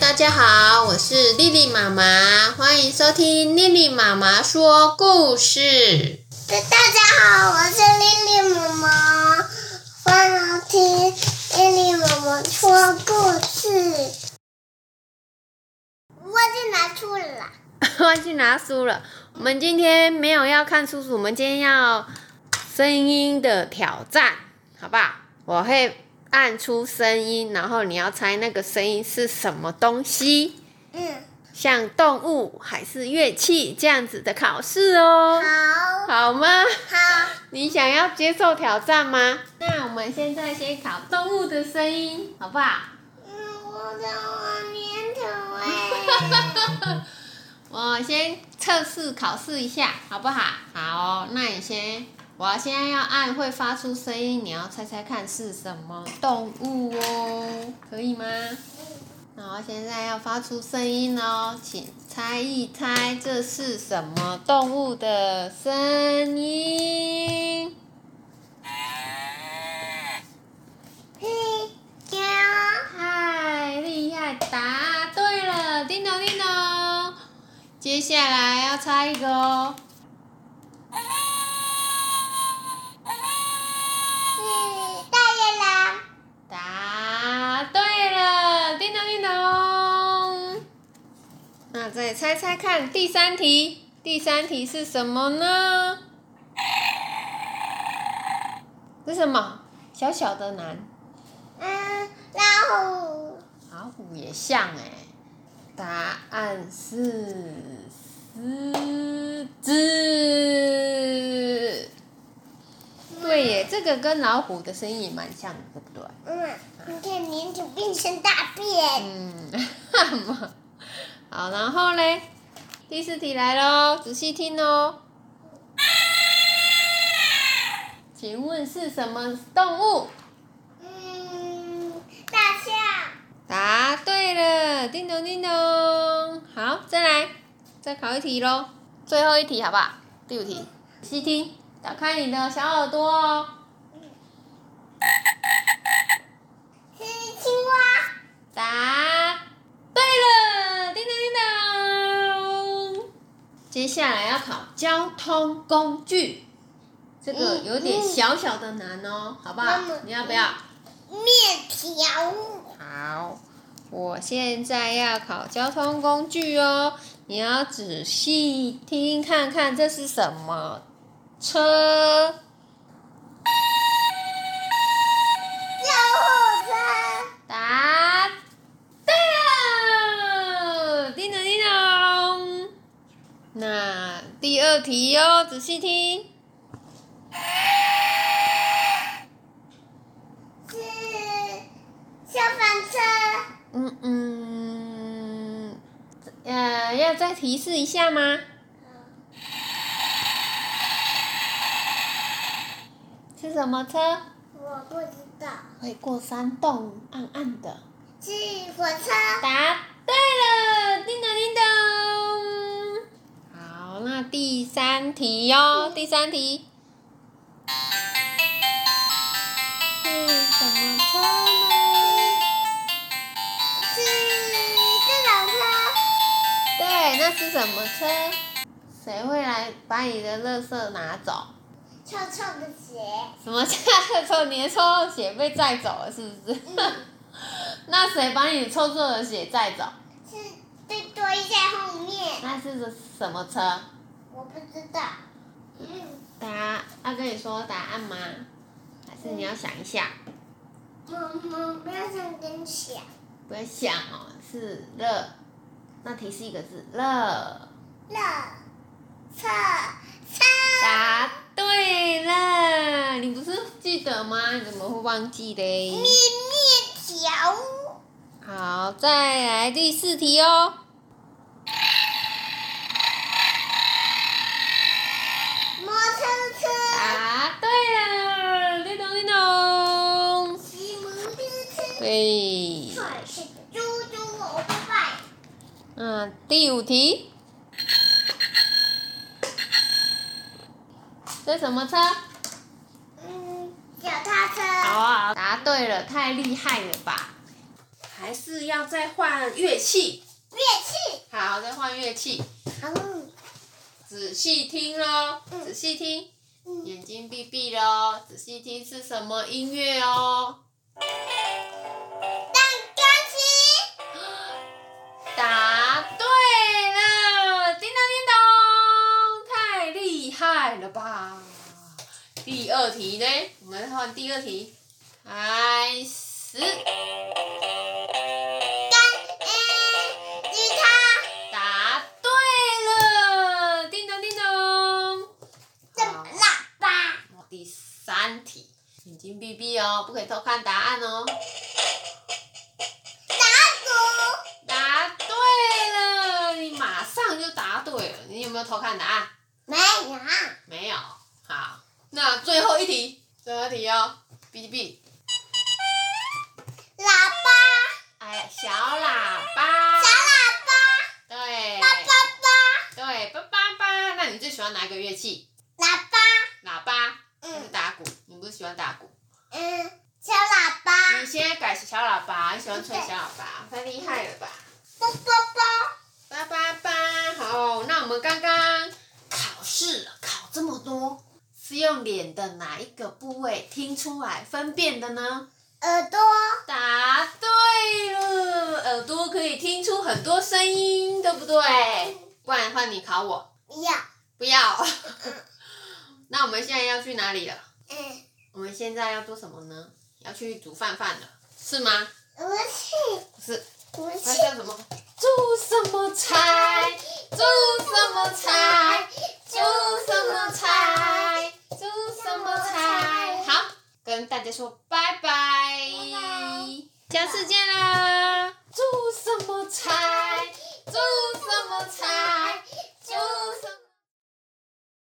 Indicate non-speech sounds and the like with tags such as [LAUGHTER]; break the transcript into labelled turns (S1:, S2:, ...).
S1: 大家好，我是丽丽妈妈，欢迎收听丽丽妈妈说故 [LAUGHS] 事。
S2: 大家好，我是丽丽妈妈，欢迎听丽丽妈妈说故事。我已经拿出了啦，
S1: 忘记拿书了，我们今天没有要看叔叔，我们今天要声音的挑战，好不好？我会按出声音，然后你要猜那个声音是什么东西，
S2: 嗯，
S1: 像动物还是乐器这样子的考试哦，
S2: 好，
S1: 好吗？
S2: 好，
S1: 你想要接受挑战吗？那我们现在先考动物的声音，好不好？
S2: 嗯，我的我粘土哎，
S1: 我先测试考试一下，好不好？好哦、那你先，我现在要按会发出声音，你要猜猜看是什么动物哦，可以吗？然后现在要发出声音哦，请猜一猜这是什么动物的声音？
S2: 嘿，喵，
S1: 太厉害，答对了，叮咚叮咚。接下来要猜一个哦，
S2: 嗯，大野狼，
S1: 答对了，叮咚叮咚。那再猜猜看，第三题，第三题是什么呢？是什么？小小的男，
S2: 嗯，老虎，
S1: 老虎也像哎、答案是狮子。对耶，这个跟老虎的声音也蛮像的，对不对？
S2: 嗯，你看粘土变成大便，
S1: 嗯，哈嘛好，然后嘞，第四题来喽，仔细听哦。请问是什么动物？
S2: 嗯，大象。
S1: 答对了，叮咚叮咚。好，再来，再考一题喽，最后一题好不好？第五题，仔细听，打开你的小耳朵哦。
S2: 是青蛙，
S1: 答对了，叮咚叮咚。接下来要考交通工具，这个有点小小的难哦，好不好
S2: 妈妈？
S1: 你要不要？
S2: 面条，
S1: 好，我现在要考交通工具哦，你要仔细听看看这是什么车。
S2: 救护车，
S1: 答对了，叮咚叮咚。那第二题哟、仔细听。
S2: 是消防车，
S1: 嗯嗯，呃，要再提示一下吗？是什么车？
S2: 我不知道，
S1: 会过山洞，暗暗的。
S2: 是火车，
S1: 答对了，叮咚叮咚。好，那第三题哟、第三题是什么车呢？
S2: 是这种车，
S1: 对，那是什么车？谁会来把你的垃圾拿走？
S2: 臭臭的鞋，
S1: 什么 [LAUGHS] 叫臭？你的臭臭血被载走了，是不是？ [LAUGHS]
S2: 嗯
S1: 那谁把你臭臭的血载走？
S2: 是被堆在后面，
S1: 那是什么车？
S2: 我不知道，嗯，
S1: 答，要跟你说答案吗？还是你要想一下？
S2: 妈妈不要上跟想，
S1: 不要想哦，是热。那提示一个字，热。
S2: 乐，车，车，
S1: 答对了，你不是记得吗？你怎么会忘记嘞？
S2: 面面条，
S1: 好，再来第四题哦。
S2: 摩托车，
S1: 答对了，叮咚叮咚。
S2: 骑摩托车。
S1: 对，
S2: 帅气的猪猪我不拜，
S1: 那嗯第五题，这什么车？
S2: 嗯，脚踏车，
S1: 啊，答对了，太厉害了吧！还是要再换乐器？
S2: 乐器，
S1: 好，再换乐器，
S2: 好，
S1: 仔细听喽，
S2: 嗯
S1: 仔细听，
S2: 嗯，
S1: 眼睛闭闭喽，仔细听是什么音乐哦？
S2: 弹钢
S1: 答对了，叮当叮咚，太厉害了吧！第二题呢，我们换第二题，开始。
S2: 琴，钢，诶，吉他，
S1: 答对了，叮咚叮咚。
S2: 这
S1: 好，
S2: 喇叭，
S1: 第三题，眼睛闭闭哦，不可以偷看答案哦。
S2: 打鼓，
S1: 答对了，你马上就答对了。你有没有偷看答案？
S2: 没有，
S1: 没有。好，那最后一题，最后一题哦，哔哔，
S2: 喇叭，
S1: 哎，小喇叭
S2: 小，喇叭，
S1: 对，
S2: 叭叭
S1: 对，叭叭叭。那你最喜欢哪一个乐器？
S2: 叭，喇
S1: 喇
S2: 叭，
S1: 叭还是
S2: 嗯
S1: 打鼓？你不是喜欢打鼓？
S2: 嗯，小喇叭
S1: 你，现在改小喇叭，你喜欢吹小喇叭，太厉害了吧！
S2: 啵啵啵，
S1: 叭叭叭，好，那我们刚刚考试了考这么多，是用脸的哪一个部位听出来分辨的呢？
S2: 耳朵，
S1: 答对了，耳朵可以听出很多声音，对不对？不然换你考我，
S2: 不要，
S1: 不要。 [LAUGHS] 那我们现在要去哪里了？
S2: 嗯，
S1: 我们现在要做什么呢？要去煮饭饭了，是吗？
S2: 不是，
S1: 不是，
S2: 不
S1: 那
S2: 是，
S1: 叫什么？煮什么菜？煮什么菜？煮什么菜？煮什么菜？好，跟大家说拜拜，
S2: 拜
S1: 下次见啦！煮什么菜？煮什么菜？